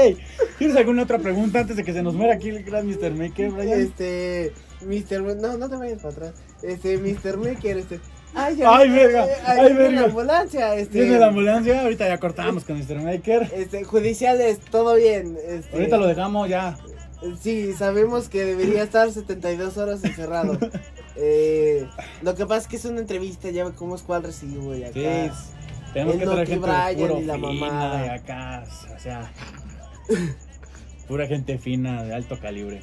S1: ¿Tienes alguna otra pregunta antes de que se nos muera aquí el gran Mr. Maker, Brian?
S2: Este, Mr. Ma- No, no te vayas para atrás. Este, Mr. Maker, este. Ay,
S1: Ay, verga,
S2: eh,
S1: ay,
S2: ahí viene
S1: verga.
S2: la ambulancia, este.
S1: Viene la ambulancia, ahorita ya cortamos con Mr. Maker.
S2: Este, judiciales, todo bien. Este,
S1: Ahorita lo dejamos ya.
S2: Sí, sabemos que debería estar 72 horas encerrado.
S1: [laughs]
S2: Eh, lo que pasa es que es una entrevista, ya ve cómo es cuál recibo y acá.
S1: Sí, es- tenemos
S2: El
S1: que traer
S2: Noti
S1: gente
S2: Brian
S1: puro
S2: y la
S1: fina
S2: mamada.
S1: de acá, o
S2: [laughs]
S1: sea, pura gente fina de alto calibre.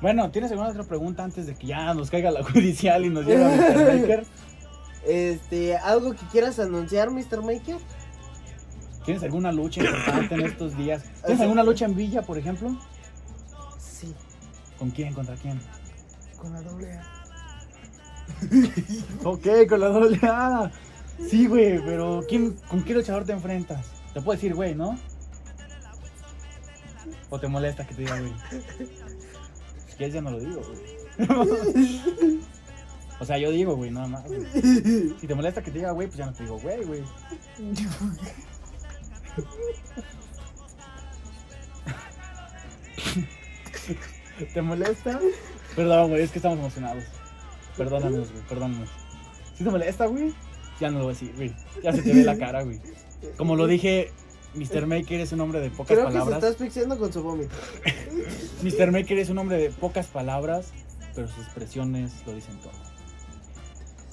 S1: Bueno, ¿tienes alguna otra pregunta antes de que ya nos caiga la [laughs] judicial y nos lleve
S2: [laughs]
S1: a Mr. Maker?
S2: Este, algo que quieras anunciar, Mr. Maker.
S1: ¿Tienes alguna lucha importante en estos días? ¿Tienes
S2: Eso-
S1: alguna lucha en Villa, por ejemplo?
S3: Sí,
S1: ¿Con quién? ¿Contra quién?
S3: con la doble A.
S1: Ok, con la doble A. Sí, güey, pero ¿quién, ¿con qué luchador te enfrentas? Te puedo decir, güey, ¿no? ¿O te molesta que te diga, güey? Si quieres ya no lo digo, güey. [laughs] o sea, yo digo, güey, nada más. güey. Si te molesta que te diga, güey, pues ya no te digo, güey, güey. [laughs] ¿Te molesta? Perdón, güey, es que estamos emocionados. Perdónanos, güey, perdónanos. Si te molesta, güey, ya no lo voy a decir, güey. Ya se te ve la cara, güey. Como lo dije, Mr. Maker es un hombre de pocas
S2: Eh, Creo que se está
S1: palabras.
S2: asfixiando con su vómito.
S1: Mr. Maker es un hombre de pocas palabras, pero sus expresiones lo dicen todo.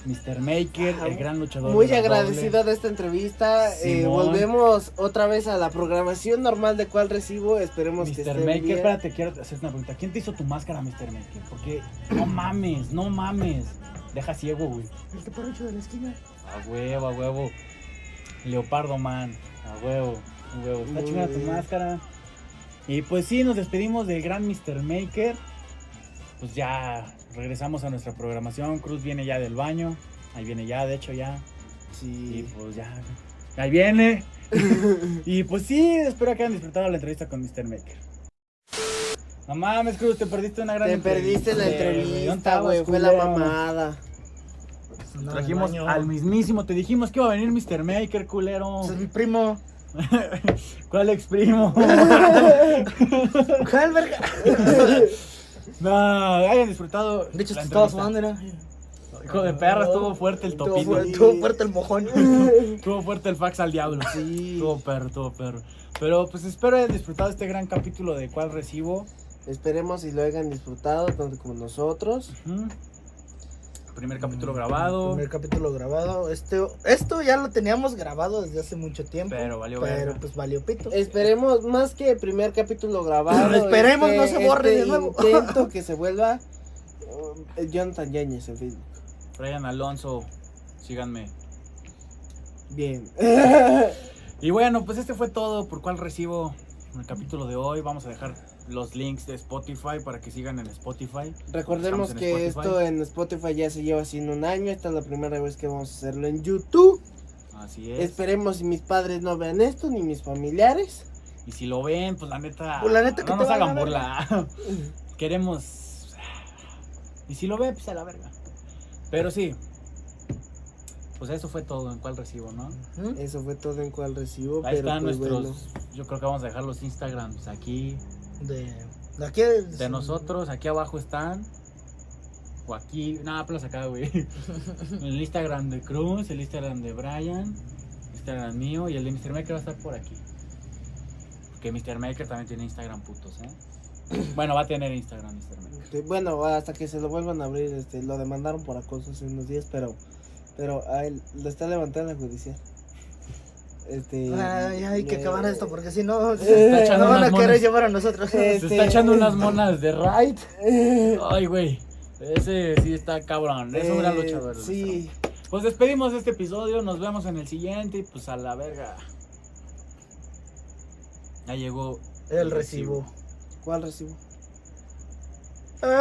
S1: Mr. Maker, el gran luchador.
S2: Muy
S1: de la
S2: agradecido
S1: doble.
S2: de esta entrevista. Eh,
S1: Simón.
S2: volvemos otra vez a la programación normal de cual recibo. Esperemos que
S1: Mr.
S2: estén
S1: Maker,
S2: bien.
S1: espérate, quiero hacer una pregunta. ¿Quién te hizo tu máscara, Mr. Maker? Porque no mames, no mames. Deja ciego, güey.
S3: El taparrucho de la esquina.
S1: A huevo, a huevo. Leopardo Man, a huevo, a huevo. Está
S2: Muy
S1: chingada tu
S2: bien.
S1: máscara. Y pues sí, nos despedimos del gran Mr. Maker. Pues ya regresamos a nuestra programación. Cruz viene ya del baño. Ahí viene ya, de hecho ya. Y
S2: Sí.
S1: pues ya. Ahí viene. [laughs] y pues sí, espero que hayan disfrutado la entrevista con Mr. Maker. No mames, Cruz, te perdiste una gran
S2: Te perdiste la
S1: güey. ¿Dónde
S2: entrevista,
S1: estabas,
S2: güey. Fue la
S1: culero?
S2: mamada.
S1: Trajimos al mismísimo, te dijimos que iba a venir Mr. Maker, culero.
S3: Ese es mi Pues, primo.
S1: ¿Cuál ex primo?
S3: ¿Cuál verga?
S1: no, hayan disfrutado.
S3: De hecho,
S1: la
S3: te estaba
S1: entrevista.
S3: sudando, era.
S1: Hijo de perra, estuvo fuerte el
S2: Estuvo
S1: topito.
S2: fuerte.
S3: Tuvo fuerte el mojón. [laughs]
S1: Estuvo fuerte el fax al diablo.
S2: Sí.
S1: Estuvo perro, estuvo perro. Pero pues espero hayan disfrutado este gran capítulo de cuál recibo.
S2: Esperemos si lo hayan disfrutado tanto como nosotros.
S1: Ujú. Primer capítulo grabado.
S3: Primer capítulo grabado. Este, esto ya lo teníamos grabado desde hace mucho tiempo.
S1: Pero valió
S3: pero
S1: verga. Eh,
S3: pues valió pito.
S2: Esperemos más que el primer capítulo grabado.
S3: Esperemos no se borre
S2: este
S3: de nuevo.
S2: Intento que se vuelva um, Jonathan Yañez en Facebook.
S1: Brian Alonso, síganme.
S2: Bien.
S1: Y bueno, pues este fue todo por cuál recibo en el capítulo de hoy. Vamos a dejar los links de Spotify para que sigan en Spotify.
S2: Recordemos
S1: Estamos en
S2: que
S1: Spotify.
S2: esto en Spotify ya se lleva haciendo un año. Esta es la primera vez que vamos a hacerlo en YouTube.
S1: Así es.
S2: Esperemos si mis padres no vean esto, ni mis familiares.
S1: Y si lo ven, pues la neta.
S3: Pues, la neta que
S1: no nos
S3: te valga
S1: hagan
S3: [laughs]
S1: burla. Queremos. Y si lo ven, pues a la verga. Pero sí. Pues eso fue todo en cuál recibo, ¿no?
S3: Ujú.
S1: eh,
S2: Eso fue todo en cual recibo.
S1: Ahí
S2: pero
S1: están
S2: pues
S1: nuestros.
S2: bueno.
S1: Yo creo que vamos a dejar los Instagrams aquí.
S3: De, de aquí es-
S1: De nosotros, aquí abajo están. O aquí, nada, pues acá, güey.
S3: [laughs]
S1: El Instagram de Cruz, el Instagram de Brian, el Instagram mío y el de Mr. Maker va a estar por aquí. Porque Mr. Maker también tiene Instagram putos, ¿eh?
S3: [coughs]
S1: Bueno, va a tener Instagram Mr. Maker.
S2: Este, Bueno, hasta que se lo vuelvan a abrir, este, lo demandaron por acoso hace unos días, pero, pero a él lo está levantando la judicial. Este,
S3: Ay, hay que
S2: eh,
S3: acabar esto porque si no,
S2: está
S3: se-
S1: echando
S3: Eh, no van a
S1: unas
S3: querer
S1: monas.
S3: llevar a nosotros.
S2: Eh,
S1: Se
S2: Este-
S1: está echando
S3: [laughs]
S1: unas monas de right. Ay, güey. Ese sí está cabrón. Es un gran
S2: eh,
S1: luchador.
S2: Sí,
S1: Pues despedimos este episodio, nos vemos en el siguiente y pues a la verga. Ya llegó
S3: El recibo.
S2: ¿cuál recibo?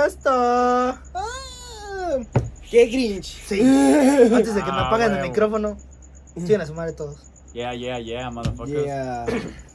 S3: Esto.
S2: Ah, ¡Qué [laughs] grinch!
S3: Sí. Antes de que me
S1: Ah,
S3: apaguen el
S1: huevo.
S2: Eh.
S3: micrófono, siguen a sumar de todos.
S1: Yeah, yeah, yeah, motherfuckers.
S2: Yeah.